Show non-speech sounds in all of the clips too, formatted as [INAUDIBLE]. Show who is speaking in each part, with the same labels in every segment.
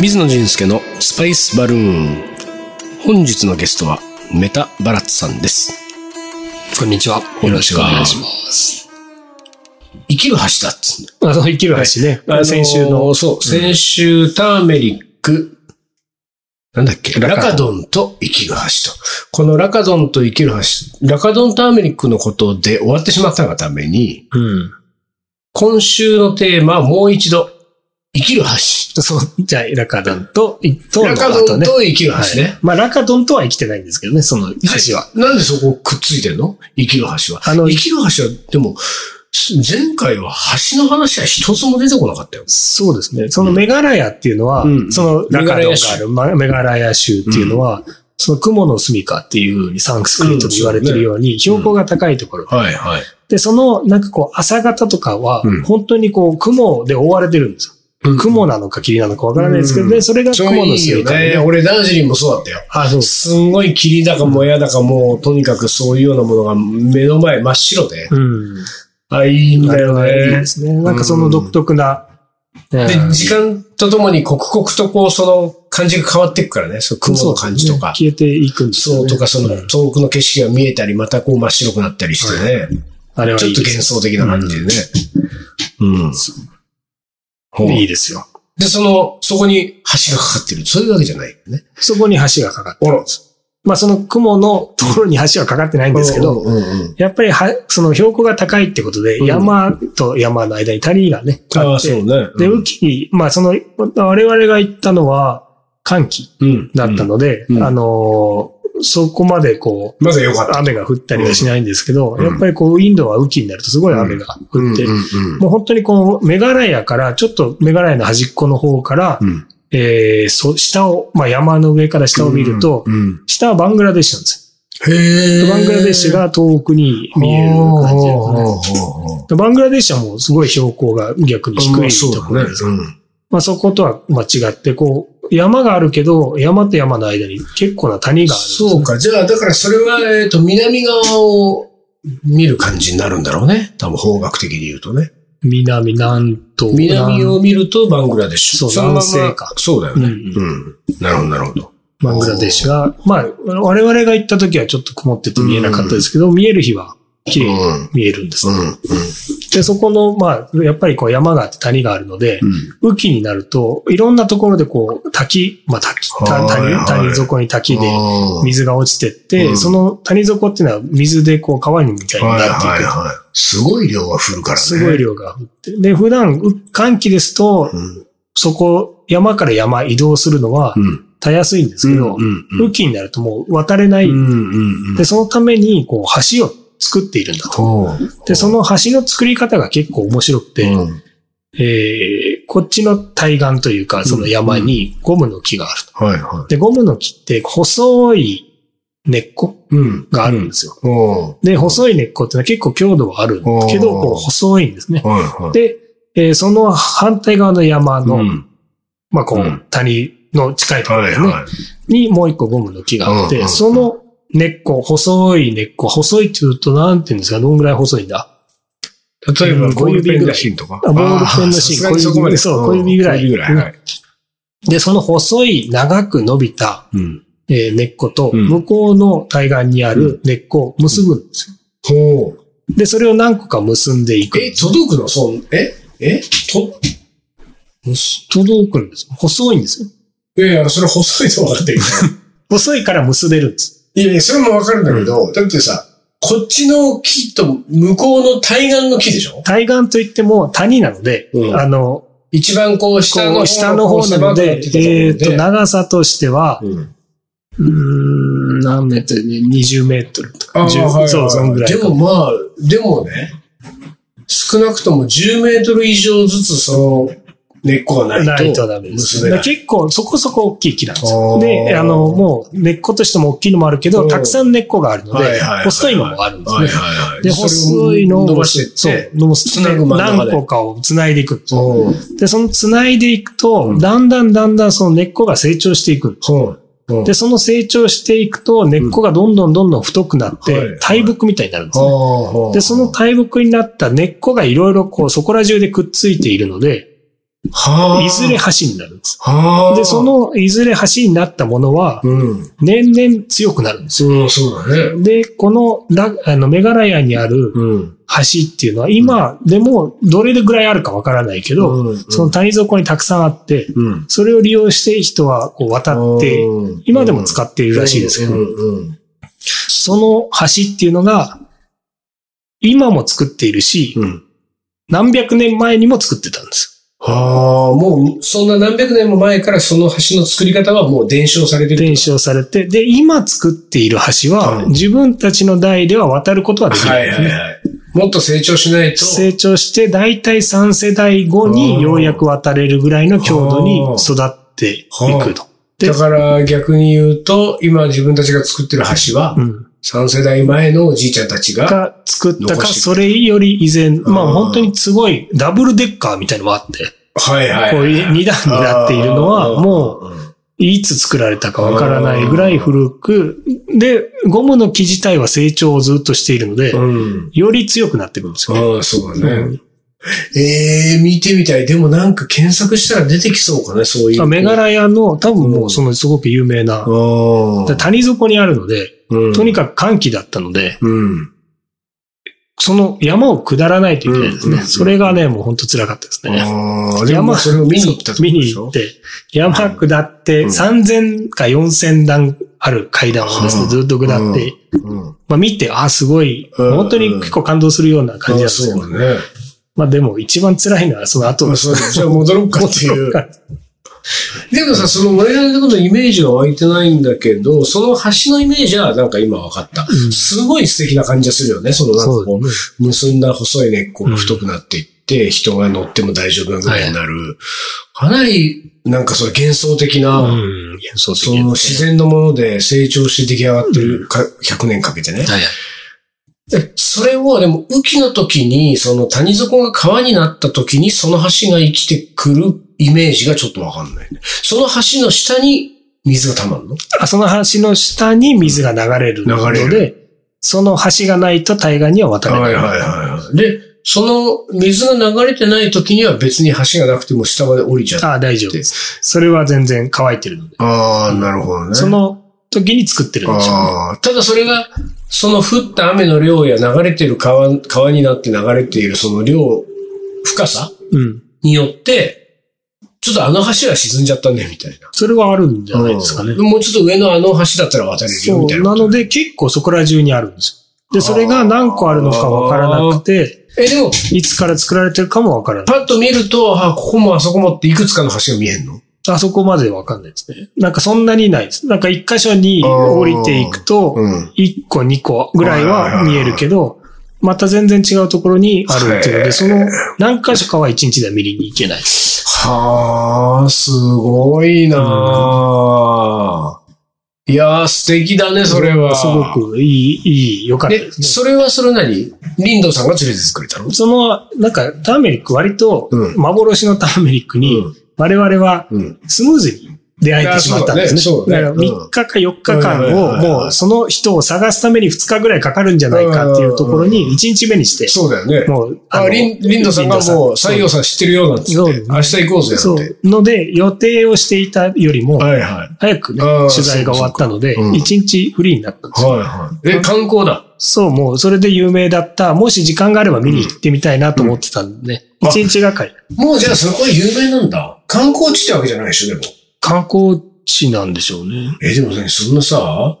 Speaker 1: 水野仁介のスパイスバルーン。本日のゲストはメタバラッツさんです。
Speaker 2: こんにちは。よろしくお願いします。
Speaker 1: 生きる橋だっつうの
Speaker 2: あ、そう、生きる話ね。あ先週
Speaker 1: あ
Speaker 2: の
Speaker 1: ー。そう、先週、ターメリック、なんだっけ、ラカドンと生きる橋と。このラカドンと生きる橋、ラカドンターメリックのことで終わってしまったがために、
Speaker 2: うん。
Speaker 1: 今週のテーマ、もう一度、生きる
Speaker 2: そう、じゃあ、ラカドンと、い
Speaker 1: 橋。
Speaker 2: との
Speaker 1: ラカ
Speaker 2: 後
Speaker 1: ドン
Speaker 2: ね。
Speaker 1: と生きる
Speaker 2: はい
Speaker 1: 橋ね。
Speaker 2: まあ、ラカドンとは生きてないんですけどね、その橋は。
Speaker 1: なんでそこくっついてんの生きる橋は。
Speaker 2: あの
Speaker 1: 生きる橋は、でも、す前回は橋の話は一つも出てこなかったよ。
Speaker 2: そうですね。そのメガラヤっていうのは、
Speaker 1: うん
Speaker 2: そのラカドンがあるまメガラヤ州っていうのは、その雲の住みかっていうふうにサンクスクリートで言われてるように、標高が高いところ。
Speaker 1: はいはい。
Speaker 2: で、その、なんかこう、朝方とかは
Speaker 1: うん、
Speaker 2: 本当にこう、雲で覆われてるんですよ。雲なのか霧なのかわからないですけど、
Speaker 1: うん
Speaker 2: で、それが
Speaker 1: そ
Speaker 2: 雲
Speaker 1: れい
Speaker 2: の
Speaker 1: い
Speaker 2: 住
Speaker 1: よ
Speaker 2: みか
Speaker 1: ね。
Speaker 2: で。
Speaker 1: 俺、ダンジリンもそうだったよ。
Speaker 2: あ、そうです。
Speaker 1: すんごい霧だかもやだかもう、とにかくそういうようなものが目の前真っ白で。
Speaker 2: うん。
Speaker 1: あ、いいんだよ
Speaker 2: あれがいい
Speaker 1: ね
Speaker 2: で。すね。なんかその独特な。で
Speaker 1: で、時間とともに刻々とこう、その感じが変わっていくからね。その雲の感じとか。
Speaker 2: 消えていくんです
Speaker 1: そ
Speaker 2: よ
Speaker 1: う
Speaker 2: ね
Speaker 1: とか、その遠くの景色が見えたり、またこう真っ白くなったりしてね。
Speaker 2: あれは
Speaker 1: ちょ
Speaker 2: い
Speaker 1: っ
Speaker 2: い
Speaker 1: と
Speaker 2: で
Speaker 1: 幻
Speaker 2: す。
Speaker 1: 想的な感じでね。うん。ほう
Speaker 2: いいですよ。
Speaker 1: で、その、そこに橋がかかってる。そういうわけじゃないよね。
Speaker 2: そこに橋がかかって。
Speaker 1: あら。
Speaker 2: まあその雲のところに橋はかかってないんですけど、
Speaker 1: うんうんうん
Speaker 2: やっぱりは、その標高が高いってことで、
Speaker 1: うん
Speaker 2: 山と山の間に谷がね、
Speaker 1: あ
Speaker 2: あ
Speaker 1: あ、
Speaker 2: っ
Speaker 1: そう
Speaker 2: て、
Speaker 1: ね。
Speaker 2: で、
Speaker 1: う
Speaker 2: 雨
Speaker 1: ん
Speaker 2: 季、まあその、我々が行ったのは、寒気
Speaker 1: うん
Speaker 2: だったので、
Speaker 1: うんうん
Speaker 2: あのーそこまでこう、
Speaker 1: まだよかった。
Speaker 2: 雨が降ったりはしないんですけど、
Speaker 1: うん
Speaker 2: やっぱりこう、インドは雨季になるとすごい雨が降って、もう本当にこう、メガラヤから、ちょっとメガラヤの端っこの方から、
Speaker 1: うん
Speaker 2: えー、そ、下を、まあ山の上から下を見ると、
Speaker 1: うんうん
Speaker 2: 下はバングラデシュなんです
Speaker 1: へ
Speaker 2: よ。
Speaker 1: え。
Speaker 2: バングラデシュが遠くに見える
Speaker 1: ほう
Speaker 2: 感じ
Speaker 1: ほう
Speaker 2: で
Speaker 1: ほうほう
Speaker 2: でバングラデシュはもうすごい標高が逆に低
Speaker 1: まあ
Speaker 2: い
Speaker 1: そう
Speaker 2: と
Speaker 1: だ
Speaker 2: ころなん
Speaker 1: ね
Speaker 2: です。まあそことはまあ違って、こう、山があるけど、山と山の間に結構な谷があるんですよ
Speaker 1: そうか。じゃあ、だからそれは、えっと、南側を見る感じになるんだろうね。多分方角的に言うとね。
Speaker 2: 南、南東。
Speaker 1: 南を見るとバングラデシュ。
Speaker 2: そう
Speaker 1: のまま
Speaker 2: 南西か
Speaker 1: そうだよ
Speaker 2: 南、う
Speaker 1: ね。
Speaker 2: ん
Speaker 1: うん。なるほど、なるほど。
Speaker 2: バングラデシュが、まあ、我々が行った時はちょっと曇ってて見えなかったですけど、見える日は綺麗に
Speaker 1: う
Speaker 2: 見えるんです。
Speaker 1: ん。うん。
Speaker 2: で、そこの、まあ、やっぱりこう山があって谷があるので、
Speaker 1: うん。
Speaker 2: 雨季になると、いろんなところでこう、滝、まあ滝、
Speaker 1: はい
Speaker 2: た
Speaker 1: はい
Speaker 2: 谷、谷底に滝で
Speaker 1: うん
Speaker 2: 水が落ちてって、
Speaker 1: うん
Speaker 2: その谷底っていうのは水でこう川にみたいに
Speaker 1: はい
Speaker 2: なっていく。
Speaker 1: はいはい。すごい量が降るからね。
Speaker 2: すごい。量が降って。で、普段、う寒気ですと
Speaker 1: う、ん。
Speaker 2: そこ、山から山移動するのは
Speaker 1: うん。
Speaker 2: たやすいんですけど、
Speaker 1: うん。
Speaker 2: 雨季になるともう渡れない
Speaker 1: うん。うん。
Speaker 2: で、そのために、こう、橋を作っているんだと。
Speaker 1: ほう
Speaker 2: で、その橋の作り方が結構面白くて、
Speaker 1: うん
Speaker 2: えー、こっちの対岸というか、その山にゴムの木があると。
Speaker 1: はいは
Speaker 2: で、ゴムの木って細い根っこ
Speaker 1: い。うん。
Speaker 2: があるんですよ。
Speaker 1: ほ
Speaker 2: で、細い根っこってのは結構強度はあるけど、
Speaker 1: おー
Speaker 2: こう、細いんですね
Speaker 1: う。。はいはい。
Speaker 2: で、えーその反対側の山の、
Speaker 1: うん
Speaker 2: まあ、こ
Speaker 1: う、
Speaker 2: うん谷の近いところ
Speaker 1: は
Speaker 2: で
Speaker 1: い
Speaker 2: すね、
Speaker 1: はい。
Speaker 2: にもう一個ゴムの木があって、
Speaker 1: うんうんうん
Speaker 2: その根っこ、細い根っこ、細いって言うと、なんて言うんですか、どんぐらい細いんだ
Speaker 1: 例えば、
Speaker 2: うん
Speaker 1: ボールペンの芯とか。
Speaker 2: あボールペン
Speaker 1: あ
Speaker 2: の芯
Speaker 1: ーさすがにそこまで。
Speaker 2: 小指
Speaker 1: ん
Speaker 2: そう小指ぐらい
Speaker 1: 小指ぐらい。はい
Speaker 2: で、その細い長く伸びた、
Speaker 1: うん。
Speaker 2: えー根っこと、
Speaker 1: うん
Speaker 2: 向こうの対岸にある根っこを結ぶんですよ。
Speaker 1: ほう。
Speaker 2: で、それを何個か結んでいく。
Speaker 1: え、届くのそう、ええと、
Speaker 2: 届くんですよ。細い
Speaker 1: [LAUGHS]
Speaker 2: んですよ。
Speaker 1: いやいや、それ細いの分かってるよ。
Speaker 2: 細いから結べるんです。
Speaker 1: いやいや、それも分かるんだけど、だってさ、こっちの木と向こうの対岸の木でしょ
Speaker 2: 対岸といっても谷なので、
Speaker 1: うん
Speaker 2: あの、
Speaker 1: 一番こう、下
Speaker 2: こ
Speaker 1: の
Speaker 2: う下の方なので、えーっと、
Speaker 1: な、
Speaker 2: 長さとしては、
Speaker 1: うん。
Speaker 2: うーん、何メートル ?20 メートルとか。10そう、そんぐらい
Speaker 1: で
Speaker 2: か。
Speaker 1: もまあ、でもね、少なくとも10メートル以上ずつその根っこがないと。
Speaker 2: ないとダメです。
Speaker 1: 結
Speaker 2: だから結構そこそこ大きい木なんです
Speaker 1: あ
Speaker 2: よ。
Speaker 1: ー
Speaker 2: で、あの、もう根っことしても大きいのもあるけ
Speaker 1: うん
Speaker 2: ど、たくさん根っこがあるの
Speaker 1: はい
Speaker 2: で
Speaker 1: はいはいはい、
Speaker 2: 細いのもあるんです
Speaker 1: はい
Speaker 2: ね。
Speaker 1: はいはい。
Speaker 2: で、細いのを
Speaker 1: 伸ばしてって。
Speaker 2: そう、伸ばし
Speaker 1: つなぐ真ん中で
Speaker 2: 何個かを繋いでいくんですよ。
Speaker 1: うん。
Speaker 2: で、その繋いでいく
Speaker 1: う
Speaker 2: と
Speaker 1: ん、
Speaker 2: だんだんだんだんその根っこが成長していくんです。
Speaker 1: うん。
Speaker 2: で、その成長していくと、根っこがどんどんどんどん太くなっ
Speaker 1: はいはい
Speaker 2: て、大木みたいになるんですね。
Speaker 1: うん、
Speaker 2: で、その大木になった根っこがいろいろこう、そこら中でくっついているので、
Speaker 1: はあ。
Speaker 2: いずれ橋になるんです。
Speaker 1: はあ。
Speaker 2: で、そ、の、いずれ橋になったものは、
Speaker 1: うん。
Speaker 2: 年々強くなるんです
Speaker 1: そう、そうだね。
Speaker 2: よ。で、この、ラあの、メガラヤにある
Speaker 1: うん。
Speaker 2: 橋っていうのは、今、でも、どれぐらいあるかわからないけど、
Speaker 1: うん
Speaker 2: その、谷底にたくさんあって、
Speaker 1: うん。
Speaker 2: それを利用して人はこう渡って、今でも使
Speaker 1: っ
Speaker 2: ってい
Speaker 1: て
Speaker 2: るらしいですけど、
Speaker 1: うん。
Speaker 2: その橋っていうのが、今も作っているし、
Speaker 1: うん。
Speaker 2: 何百年前にも作ってたんです。
Speaker 1: はあ、もう、そんな何百年も前からその橋の作り方はもう伝承されてる。
Speaker 2: 伝。承されて、で、今作っている橋は、
Speaker 1: うん
Speaker 2: 自分たちの代では渡ることはでき
Speaker 1: は
Speaker 2: な
Speaker 1: い
Speaker 2: いんで
Speaker 1: は
Speaker 2: すね、
Speaker 1: いはい。もっと成長しないと。
Speaker 2: 成長して、だいたい3世代後にようやく渡れるぐらいの強度に育っていくと。で
Speaker 1: だから逆に言うと、今自分たちが作ってる橋は
Speaker 2: う、ん
Speaker 1: 3世代前のおじいちゃんたちが、
Speaker 2: が作った
Speaker 1: 残
Speaker 2: か、
Speaker 1: してる
Speaker 2: それより以前、ま
Speaker 1: う
Speaker 2: あ
Speaker 1: ん
Speaker 2: 本当にすごいダブルデッカーみたいのもあって、
Speaker 1: はいはい。
Speaker 2: こういう二段になっているのは、もう
Speaker 1: う、
Speaker 2: いつ作られたかわからないぐらい古く、で、ゴムの木自体は成長をずっとしているので、
Speaker 1: うん。
Speaker 2: より強くなってくるんですよ。
Speaker 1: ああ、そう
Speaker 2: う
Speaker 1: だね。
Speaker 2: ん
Speaker 1: ええ、見てみたい。でもなんか検索したら出てきそうかね、そういう。
Speaker 2: あメガ
Speaker 1: ラ。
Speaker 2: ラヤの多分もうそのすごく有名な、で谷底にあるので、とに
Speaker 1: か
Speaker 2: かく寒気だったので、
Speaker 1: く、うん。
Speaker 2: その山を下らないといけないですね。
Speaker 1: うんうん
Speaker 2: それがね、もう本当辛かったですね。
Speaker 1: ああ、でもそれを見に行った
Speaker 2: 見に行って、山下って、
Speaker 1: うん
Speaker 2: 3000か4000段ある階段をですね、
Speaker 1: うん
Speaker 2: ずっと下って、
Speaker 1: うん。
Speaker 2: まあ見て、あ、すごい、
Speaker 1: うん
Speaker 2: 本当に結構感動するような感じ
Speaker 1: あ
Speaker 2: なんで
Speaker 1: あ
Speaker 2: すけ
Speaker 1: そ
Speaker 2: ど、
Speaker 1: うだね。
Speaker 2: まあでも一番辛いのはその後
Speaker 1: ま
Speaker 2: で
Speaker 1: あ
Speaker 2: す。
Speaker 1: そうじゃあ戻ろうか
Speaker 2: [LAUGHS]
Speaker 1: っていう。でもさ、その我々のことのイメージは湧いてないんだけど、その橋のイメージはなんか今分かった。
Speaker 2: うん
Speaker 1: すごい素敵な感じがするよね。そのなんかこう、
Speaker 2: です
Speaker 1: 結んだ細い根っこが太くなっていって、人が乗っても大丈夫なぐらいになる。かなり、なんかその幻想的な、
Speaker 2: うん、そう
Speaker 1: その自然のもので成長して出来上がってるか、100年かけてね。
Speaker 2: はいはい
Speaker 1: でそれを、でも、雨季の時に、その谷底が川になった時に、その橋が生きてくるイメージがちょっとわかんない。その橋の下に水が溜まるの
Speaker 2: あその橋の下に水が流れるので、
Speaker 1: 流
Speaker 2: その橋がないと対岸には渡れない。
Speaker 1: はい。で、その水が流れてない時には別に橋がなくても下まで降りちゃう。
Speaker 2: ああ、大丈夫です。それは全然乾いてるので。
Speaker 1: ああ、なるほどね
Speaker 2: その時に作ってるんでしょうね。
Speaker 1: ああ、ただそれが、その降った雨の量や流れてる川、川になって流れているその量、深さ
Speaker 2: うん。
Speaker 1: によって、ちょっとあの橋は沈んじゃったね、みたいな。
Speaker 2: それはあるんじゃないですかね。
Speaker 1: もうちょっと上のあの橋だったら渡れるよ、
Speaker 2: そ。
Speaker 1: みたいうな。
Speaker 2: なので結構そこら中にあるんですよ。で、それが何個あるのかわからなくて、
Speaker 1: え、でも、
Speaker 2: いつから作られてるかもわからない。
Speaker 1: パッと見ると、あ、ここもあそこもっていくつかの橋が見えんの
Speaker 2: あそこまでわかんないですね。なんかそんなにないです。なんか一箇所に降りていくと、
Speaker 1: うん。
Speaker 2: 1個2個ぐらいは見えるけど、また全然違うところにあるっていうの
Speaker 1: へ
Speaker 2: で、
Speaker 1: ー
Speaker 2: その何箇所かは1日では見に行けないです。
Speaker 1: はあ、すごいなあいやー、素敵だね、 [LAUGHS] それは。
Speaker 2: すごくいい、いい、良かった
Speaker 1: で、
Speaker 2: ですね。
Speaker 1: それはそれなり、林道さんが連れてってくれたの
Speaker 2: その、なんか、ターメリック、割と
Speaker 1: う、ん
Speaker 2: 幻のターメリックに、我々は
Speaker 1: うん。
Speaker 2: スムーズに出会えてしまったんですね。
Speaker 1: いやそうだねそうだね
Speaker 2: から3日か4日間を、
Speaker 1: うん
Speaker 2: もうその人を探すために2日ぐらいかかるんじゃないかっていうところに、1日目にして、
Speaker 1: そうだよね。
Speaker 2: もう、
Speaker 1: あ、
Speaker 2: の
Speaker 1: リン、リンドさんがもう、西
Speaker 2: そう
Speaker 1: 洋さん知ってるようなんつっ
Speaker 2: そう
Speaker 1: て、明日行こうぜ、
Speaker 2: そ
Speaker 1: なんて。
Speaker 2: う。ので、予定をしていたよりも、
Speaker 1: はいはい。
Speaker 2: 早くね、
Speaker 1: あー
Speaker 2: 取材が終わったので、
Speaker 1: そうかそうかうん
Speaker 2: 一日フリーになったんですよ。
Speaker 1: はいはい。え、観光だ。
Speaker 2: そう、もうそれで有名だった、もし時間があれば見に行ってみたいなと思ってたんでね、
Speaker 1: うん
Speaker 2: 一、日がかり。
Speaker 1: もうじゃあそこは有名なんだ。観光地ってわけじゃないでしょ、でも。
Speaker 2: 観光地なんでしょうね。
Speaker 1: え、でもね、そんなさ、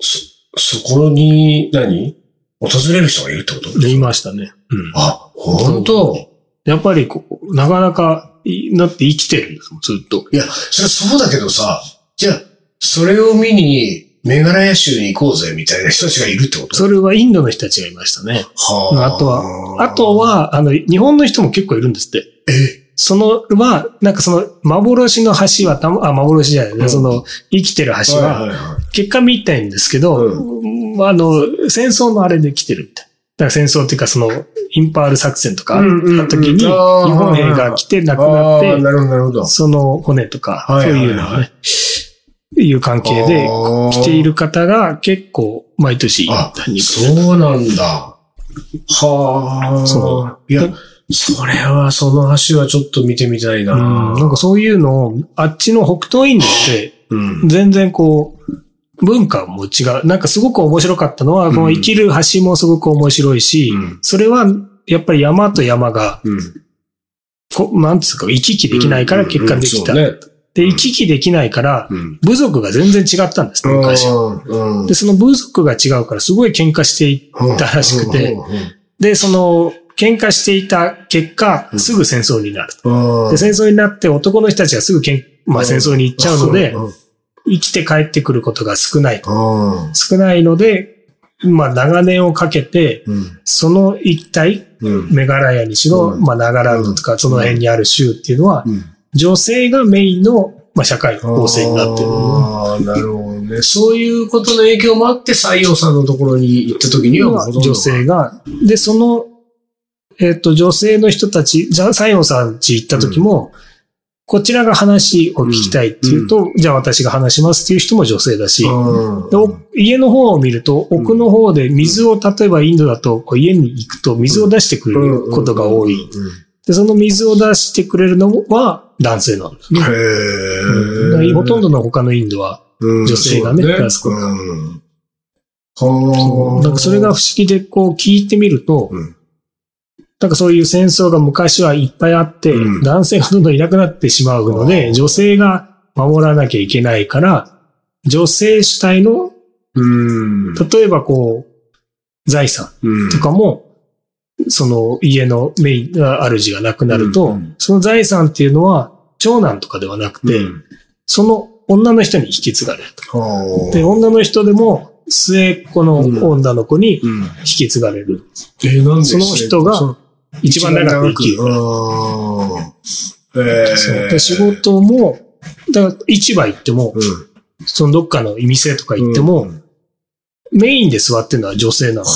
Speaker 1: そ、そこに何、訪れる人がいるってこと
Speaker 2: でいましたね。うん。
Speaker 1: あ、本当
Speaker 2: やっぱりこう、なかなか、いだって生きてるんですもん、ずっと。
Speaker 1: いや、それはそうだけどさ、じゃあ、それを見に、メガラヤ州に行こうぜ、みたいな人たちがいるってこと
Speaker 2: それはインドの人たちがいましたね。
Speaker 1: は
Speaker 2: あとは、あと、は、あの、日本の人も結構いるんですって。
Speaker 1: え、
Speaker 2: そのは、なんかその、幻の橋はたま、あ、幻じゃないね、
Speaker 1: うん
Speaker 2: その、生きてる橋は、
Speaker 1: はいはいはい
Speaker 2: 結果見たいんですけど、うんあの、戦争のあれで来てるみたいな。だから戦争っていうか、その、インパール作戦とかあった時に、日
Speaker 1: うんうん
Speaker 2: 本兵が来て亡くなっ
Speaker 1: あー
Speaker 2: て、
Speaker 1: なるほど、なるほど。
Speaker 2: その骨とか、そう
Speaker 1: はいはいはい
Speaker 2: いうのをね、いう関係で来ている方が結構毎年、
Speaker 1: あ
Speaker 2: 何人か
Speaker 1: そうなんだ。はあ。。
Speaker 2: そう
Speaker 1: いや
Speaker 2: だ、
Speaker 1: それは、その橋はちょっと見てみたいな。
Speaker 2: うんなんかそういうのを、あっちの北東インドって、
Speaker 1: うん。
Speaker 2: 全然こう、文化も違う。なんかすごく面白かったのは、
Speaker 1: うん
Speaker 2: この生きる橋もすごく面白いし、
Speaker 1: うん
Speaker 2: それは、やっぱり山と山が、
Speaker 1: うん。
Speaker 2: こなんつうか、行き来できないから結果できた。
Speaker 1: うんうんうんそうね
Speaker 2: で、行き来できないから、
Speaker 1: うん。
Speaker 2: 部族が全然違ったんです、昔は。
Speaker 1: うん。
Speaker 2: で、その部族が違うから、すごい喧嘩してい
Speaker 1: うん
Speaker 2: ったらしくて
Speaker 1: うんうん
Speaker 2: で、その、喧嘩していた結果
Speaker 1: う、ん
Speaker 2: すぐ戦争になる。
Speaker 1: うん
Speaker 2: で、戦争になって男の人たちがすぐけん、まあ、戦争に行っちゃうので
Speaker 1: う、ん
Speaker 2: 生きて帰ってくることが少ない。
Speaker 1: うん
Speaker 2: 少ないので、まあ、長年をかけて、
Speaker 1: うん
Speaker 2: その一帯、
Speaker 1: うん
Speaker 2: メガラヤにしろ、
Speaker 1: うん
Speaker 2: まあ、ナガランドとか、その辺にある州っていうのは、
Speaker 1: うん
Speaker 2: 女性がメインの、まあ、社会構成になってる。
Speaker 1: ああ、なるほどね。そういうことの影響もあって、採用さんのところに行った時にはもうほとんど、
Speaker 2: 女性が、で、その、えっ、と、女性の人たち、じゃあ、西洋さんち行った時も、こちらが話を聞きたいっていうと、じゃあ私が話しますっていう人も女性だし、
Speaker 1: うん。
Speaker 2: でお家の方を見ると、奥の方で水を、例えばインドだと、こう家に行くと水を出してくれることが多い。で、その水を出してくれるのは男性なんです
Speaker 1: うん。
Speaker 2: ね。だか
Speaker 1: へえ。
Speaker 2: らほとんどの他のインドは、
Speaker 1: 女
Speaker 2: 女性がね出すこと
Speaker 1: うん。はあ。
Speaker 2: なんかそれが不思議でこう聞いてみると、
Speaker 1: うん、
Speaker 2: なんかそういう戦争が昔はいっぱいあって、
Speaker 1: うん
Speaker 2: 男性がどんどんいなくなってしまうの
Speaker 1: あ
Speaker 2: で、
Speaker 1: ー
Speaker 2: 女性が守らなきゃいけないから、女性主体の、
Speaker 1: うん。
Speaker 2: 例えばこう、財産
Speaker 1: うん
Speaker 2: とかも、その家のメイン、あ主が亡くなると、
Speaker 1: うんうん
Speaker 2: その財産っていうのは長男とかではなくて、
Speaker 1: うん
Speaker 2: その女の人に引き継がれると。
Speaker 1: はあ
Speaker 2: で、女の人でも末っ子の
Speaker 1: うん
Speaker 2: 女の子に
Speaker 1: うん。
Speaker 2: 引き継がれる。
Speaker 1: え、なんで
Speaker 2: その人が
Speaker 1: そう
Speaker 2: 一番長く生きる。
Speaker 1: ああ。え
Speaker 2: そう
Speaker 1: え。
Speaker 2: で仕事も、だから市場行っても、
Speaker 1: うん。
Speaker 2: そのどっかの店とか行っても、
Speaker 1: うん
Speaker 2: メインで座ってるのは女性なの。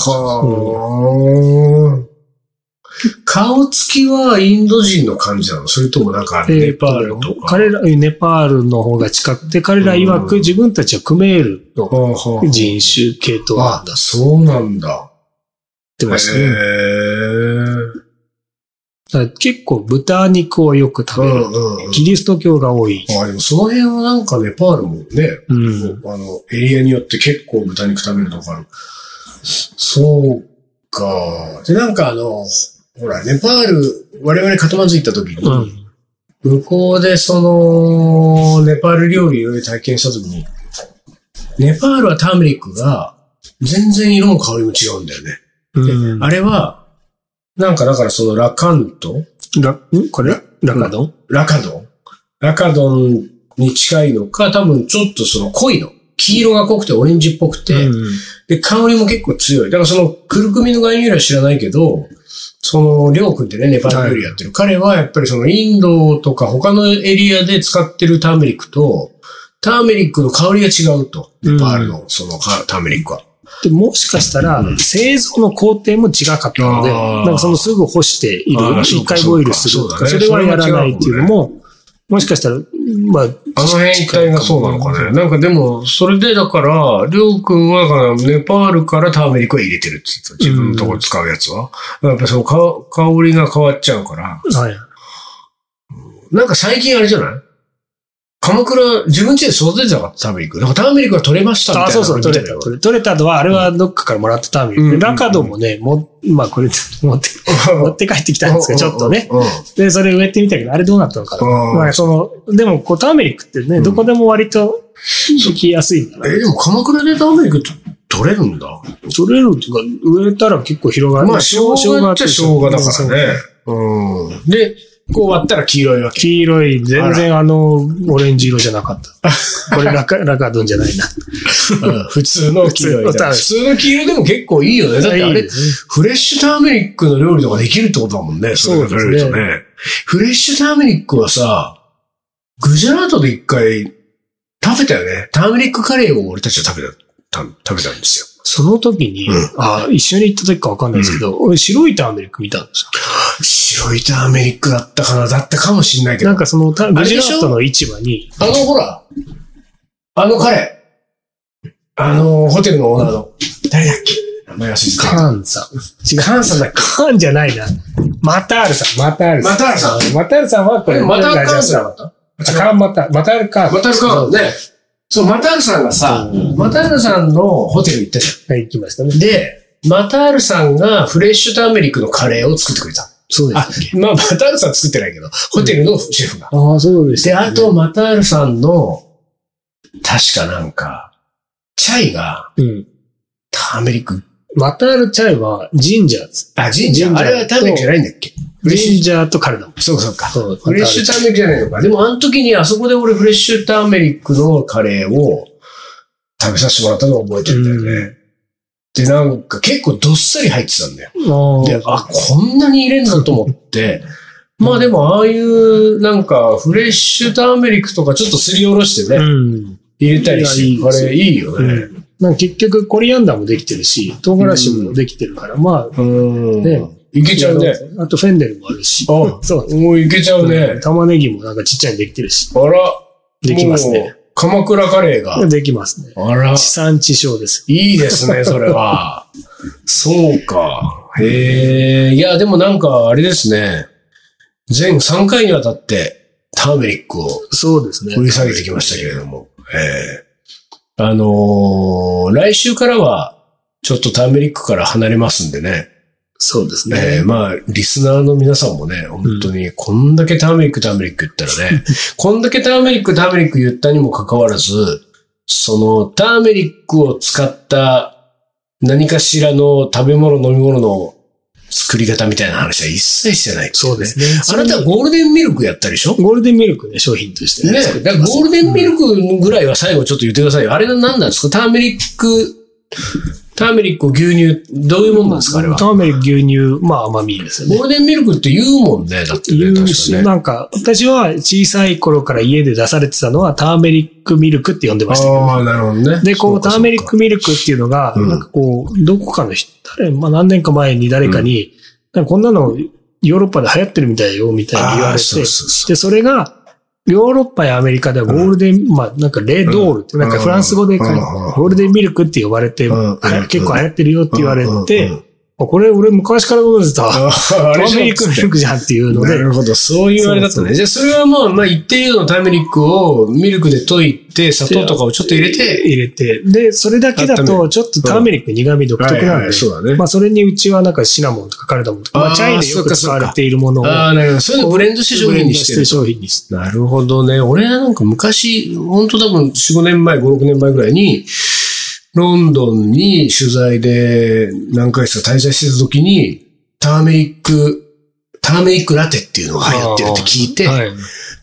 Speaker 1: はあ、顔つきはインド人の感じなのそれともなんか
Speaker 2: で
Speaker 1: ネパールとか。
Speaker 2: 彼ら、ネパールの方が近くて、彼ら曰
Speaker 1: う
Speaker 2: く
Speaker 1: ん
Speaker 2: 自分たちはクメールの
Speaker 1: はあはあ
Speaker 2: 人種系統なんだ
Speaker 1: あ、そうなんだ。
Speaker 2: って
Speaker 1: へ
Speaker 2: ましたね。
Speaker 1: え。
Speaker 2: だから結構豚肉をよく食べる。
Speaker 1: うんうん
Speaker 2: キリスト教が多い。
Speaker 1: あでもその辺はなんかネパールもね、
Speaker 2: うん。
Speaker 1: あの、エリアによって結構豚肉食べるとこある。そうか。で、なんかあの、ほら、ネパール、我々カトマンズ行った時に、
Speaker 2: うん。
Speaker 1: 向こうでその、ネパール料理を体験したときに、ネパールはターメリックが全然色も香りも違うんだよね。
Speaker 2: うん。
Speaker 1: あれは、なんかだからそのラカント
Speaker 2: ラんこれラカドン
Speaker 1: ラカドンラカドンに近いのか、多分ちょっとその濃いの。黄色が濃くてオレンジっぽくて、で、香りも結構強い。だからその、クルクミの含有量は知らないけど、その、りょうくんってね、ネパール料理やってる。彼はやっぱりその、インドとか他のエリアで使ってるターメリックと、ターメリックの香りが違うと。
Speaker 2: うん
Speaker 1: ネパールのそのかターメリックは。
Speaker 2: で、もしかしたら、製造の工程も違かったので、
Speaker 1: あー
Speaker 2: なんかそのすぐ干してい
Speaker 1: あ
Speaker 2: る、
Speaker 1: ーそう
Speaker 2: 一
Speaker 1: か
Speaker 2: 回ボイルすると
Speaker 1: そうか
Speaker 2: か、
Speaker 1: そ
Speaker 2: そう
Speaker 1: だね
Speaker 2: れはやらないっていうのも、もしかしたら、まあ、
Speaker 1: あの辺一帯がそうなのかね。なんかでも、それでだから、りょうくんはだからネパールからターメリックは入れてるって言ってた。自分のところ使うやつは。やっぱそのか香りが変わっちゃうから。
Speaker 2: はい。
Speaker 1: なんか最近あれじゃない鎌倉、自分家で育ててなかったターメリック。なんかターメリックが取れましたみたい
Speaker 2: あ
Speaker 1: な。
Speaker 2: そうそう、取れた。
Speaker 1: み
Speaker 2: 取れ取れたのは、あれはどっかからもらってたみた
Speaker 1: うん
Speaker 2: い
Speaker 1: うんう
Speaker 2: で、
Speaker 1: ん
Speaker 2: ラカドもね、も、まあこれ、持って、
Speaker 1: たいな
Speaker 2: 持って帰ってきたんですけど、ちょっとね。。
Speaker 1: うん
Speaker 2: で、それ植えてみたけど、あれどうなったのかな。
Speaker 1: うん
Speaker 2: まあ、その、でも、こう、ターメリックってね、どこでも割と、生きやすいんだな。
Speaker 1: え、でも鎌倉でターメリックと取れるんだ。
Speaker 2: 取れるっていうか、植えたら結構広がる。
Speaker 1: まあ、生姜っちゃ生姜だからね。うん。で、こう割ったら黄色いわけ。
Speaker 2: 黄色い、全然あの、オレンジ色じゃなかった。これラカ、ラカドンじゃないな。
Speaker 1: 普通の黄色い。
Speaker 2: [LAUGHS] 普通のターメリック
Speaker 1: 普通の黄色でも結構いいよね。だってあ
Speaker 2: いい
Speaker 1: れ
Speaker 2: で、す
Speaker 1: フレッシュターメリックの料理とかできるってことだもんね。れが取れると
Speaker 2: そう
Speaker 1: ね。フレッシュターメリックはさ、グジャラートで一回食べたよね。ターメリックカレーを俺たちは食べた、た食べたんですよ。
Speaker 2: ねその時に、
Speaker 1: うん
Speaker 2: あ一緒に行った時かわかんないですけど、俺白いターメリック見たんです
Speaker 1: 白いターメリックだったかなだったかもしんないけ
Speaker 2: よ。
Speaker 1: ど。
Speaker 2: な
Speaker 1: あ
Speaker 2: んかそのタ、
Speaker 1: れ
Speaker 2: グ
Speaker 1: でしょ
Speaker 2: ジラートの市場に、
Speaker 1: のほら、あの彼、あのホテルのオーナーの、誰だっけあ名安さん。
Speaker 2: カーンさん。違う。カーンさんだ。カーンじゃないな。マタールさん。マタールさん。
Speaker 1: マタールさ
Speaker 2: ん。マタールさんはこれ。
Speaker 1: マタールカーン
Speaker 2: さ
Speaker 1: さ
Speaker 2: ん。
Speaker 1: ん
Speaker 2: あ
Speaker 1: だった
Speaker 2: カーンマタール。マタールカーン。
Speaker 1: マタルカーンね。そう、マタールさんがさ、マタールさんのホテル行ったじ
Speaker 2: はい、行きました
Speaker 1: ゃん。
Speaker 2: ね。
Speaker 1: で、マタールさんがフレッシュターメリックのカレーを作ってくれた。
Speaker 2: そうで
Speaker 1: あ
Speaker 2: す。、
Speaker 1: まあ、マタールさん作ってないけど、ホテルのシェフが。
Speaker 2: ああ、そうで
Speaker 1: で、あと、マタールさんの、確かなんか、チャイが、
Speaker 2: うん。
Speaker 1: ターメリック、
Speaker 2: マタールチャイはジンジャーです。
Speaker 1: あ、ジンジャ
Speaker 2: ジン
Speaker 1: ー。
Speaker 2: ジャ
Speaker 1: あ
Speaker 2: ー
Speaker 1: れはターメリックじゃないんだっけフレッシュ
Speaker 2: ジンジャーとカルダモン。
Speaker 1: そうかそうか。
Speaker 2: そう
Speaker 1: フレッシュターメリックじゃないのか。でも、あの時にあそこで俺フレッシュターメリックのカレーを食べさせてもらったのを覚えてるんだよね。で、なんか結構どっさり入ってたんだよ。で、
Speaker 2: あ
Speaker 1: あ、こんなに入れんなと思って、まあでもああいうなんかフレッシュターメリックとかちょっとすりおろして
Speaker 2: あ、
Speaker 1: ね、
Speaker 2: ん。
Speaker 1: 入れたりして、
Speaker 2: いや
Speaker 1: あ
Speaker 2: いいですよ
Speaker 1: れいいよね。
Speaker 2: うんなんか結局、コリアンダーもできてるし、唐辛子もできてるから、まあ、
Speaker 1: うん。
Speaker 2: ね
Speaker 1: いけちゃうね。。
Speaker 2: あと、フェンネルもあるし。
Speaker 1: あ、
Speaker 2: そう。
Speaker 1: もういけちゃうね。
Speaker 2: 玉ねぎもなんかちっちゃいにできてるし。
Speaker 1: あら。
Speaker 2: できますね
Speaker 1: もう。鎌倉カレーが。
Speaker 2: できますね。
Speaker 1: あら
Speaker 2: 地。産地消です
Speaker 1: いいですね、それは。そうか。へえ。いや、でもなんか、あれですね。全3回にわたって、ターメリックを
Speaker 2: よ。そうですね。
Speaker 1: 掘り下げてきましたけれども。ええあのー来週からは、ちょっとターメリックから離れますんでね。
Speaker 2: そうです
Speaker 1: ええ
Speaker 2: ね。
Speaker 1: まあ、リスナーの皆さんもね、本当に、こんだけターメリック、ターメリック言ったらね、 [LAUGHS] こんだけターメリック、ターメリック言ったにもかかわらず、その、ターメリックを使った何かしらの食べ物、飲み物の作り方みたいな話は一切してない、
Speaker 2: そうです
Speaker 1: ね。
Speaker 2: ね。
Speaker 1: あなたはゴールデンミルクやったでしょ
Speaker 2: ゴールデンミルクね、商品として
Speaker 1: ね
Speaker 2: 作っ、
Speaker 1: だ
Speaker 2: て
Speaker 1: から
Speaker 2: ます
Speaker 1: ゴールデンミルクぐらいは最後ちょっと言ってくださいよ。あれは何なんですかターメリック、ターメリックを牛乳、どういうもんなんですかあれは。
Speaker 2: ターメリック牛乳、まあ甘みですよね
Speaker 1: ゴー。ルデンミルクって言うもんね。だってね、
Speaker 2: 言
Speaker 1: 確
Speaker 2: うし
Speaker 1: かね。
Speaker 2: なんか、私は小さい頃から家で出されてたのはターメリックミルクって呼んでましたけど、
Speaker 1: ああ、なるほどね。
Speaker 2: で、こう、ターメリッ
Speaker 1: ク。
Speaker 2: クミルクっていうのが、
Speaker 1: うん
Speaker 2: なんかこう、どこかの人、誰、まあ何年か前に誰かに、なんかこんなのヨーロッパで流行ってるみたいよ、みたいに言わ
Speaker 1: あ
Speaker 2: れ
Speaker 1: あ、
Speaker 2: て、
Speaker 1: そうそうそう。
Speaker 2: で、それが、ヨーロッパやアメリカではゴールデン、まあ、なんかレドールって、なんかフランス語で書いて、
Speaker 1: うん
Speaker 2: ゴールデンミルクって呼ばれて、
Speaker 1: うん
Speaker 2: あ結構流行ってるよって言われ
Speaker 1: うんうん
Speaker 2: て、あこれ俺昔から飲んでた。
Speaker 1: ああ、あ
Speaker 2: タ
Speaker 1: れ
Speaker 2: ーメリックミルクじゃんっていうの
Speaker 1: な
Speaker 2: で、
Speaker 1: るほど、そういうあれだったね。じゃあ、それはまあ、まあ、一定量のターメリックをミルクで溶いて、砂糖とかをちょっと入れて、
Speaker 2: 入れて。で、それだけだ
Speaker 1: 温め
Speaker 2: と、ちょっとターメリック苦味独特
Speaker 1: はい
Speaker 2: な
Speaker 1: はい
Speaker 2: ん
Speaker 1: は
Speaker 2: で
Speaker 1: い、そうだね
Speaker 2: まあ、それにうちはなんかシナモンとかカルダモンとか、ま
Speaker 1: あ
Speaker 2: あ、
Speaker 1: ー
Speaker 2: チャイでよく使われているものを、
Speaker 1: ああ、なるほど。そういうのブレンドして商
Speaker 2: ブレ
Speaker 1: 品
Speaker 2: ンド
Speaker 1: にし
Speaker 2: してて
Speaker 1: る。
Speaker 2: 商品にして。
Speaker 1: なるほどね。俺はなんか昔、本当多分4、5年前、5、6年前ぐらいに、ロンドンに取材で何回か滞在してた時に、ターメリック、ターメリックラテっていうのが流行ってるって聞いて、
Speaker 2: はい。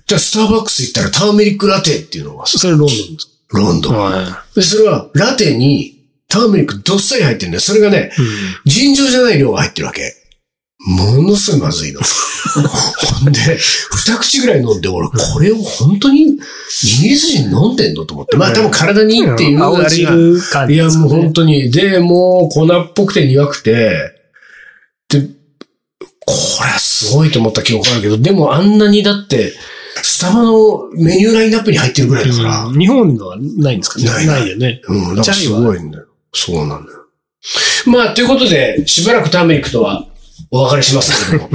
Speaker 1: じゃあスターバックス行ったらターメリックラテっていうのがさ
Speaker 2: それロンドンです
Speaker 1: ロンドン。
Speaker 2: は
Speaker 1: で、それはラテにターメリックどっさり入ってるんだよ。それがね、
Speaker 2: い。
Speaker 1: 尋常じゃない量が入ってるわけ。ものすごいまずいの。ほんで、二口ぐらい飲んで、俺、これを本当にイギリス人飲んでんのと思って。まあ多分体にいいっていう
Speaker 2: 青
Speaker 1: あれが。
Speaker 2: 汁感
Speaker 1: いや、もう
Speaker 2: ほ
Speaker 1: 本
Speaker 2: ん
Speaker 1: 当に。で、もう粉っぽくて苦くて、で、これはすごいと思った記憶があるけど、でもあんなにだって、スタバのメニューラインナップに入ってるぐらいだから。
Speaker 2: 日本のはないんですかね
Speaker 1: ないない
Speaker 2: よね。
Speaker 1: うん、だからすごいんだよ。そうなんだよ。まあ、ということで、しばらくターメリックとはお別れしますけれど [LAUGHS] も、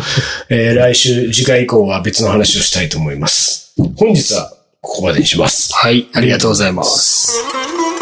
Speaker 1: えー来週、次回以降は別の話をしたいと思います。本日はここまでにします。
Speaker 2: はい。ありがとうございます。
Speaker 3: Thank you.